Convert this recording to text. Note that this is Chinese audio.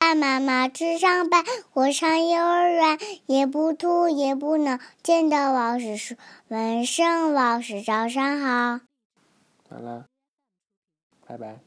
爸妈妈去上班，我上幼儿园，也不吐也不挠。见到老师说：“文胜老师，早上好。”完了，拜拜。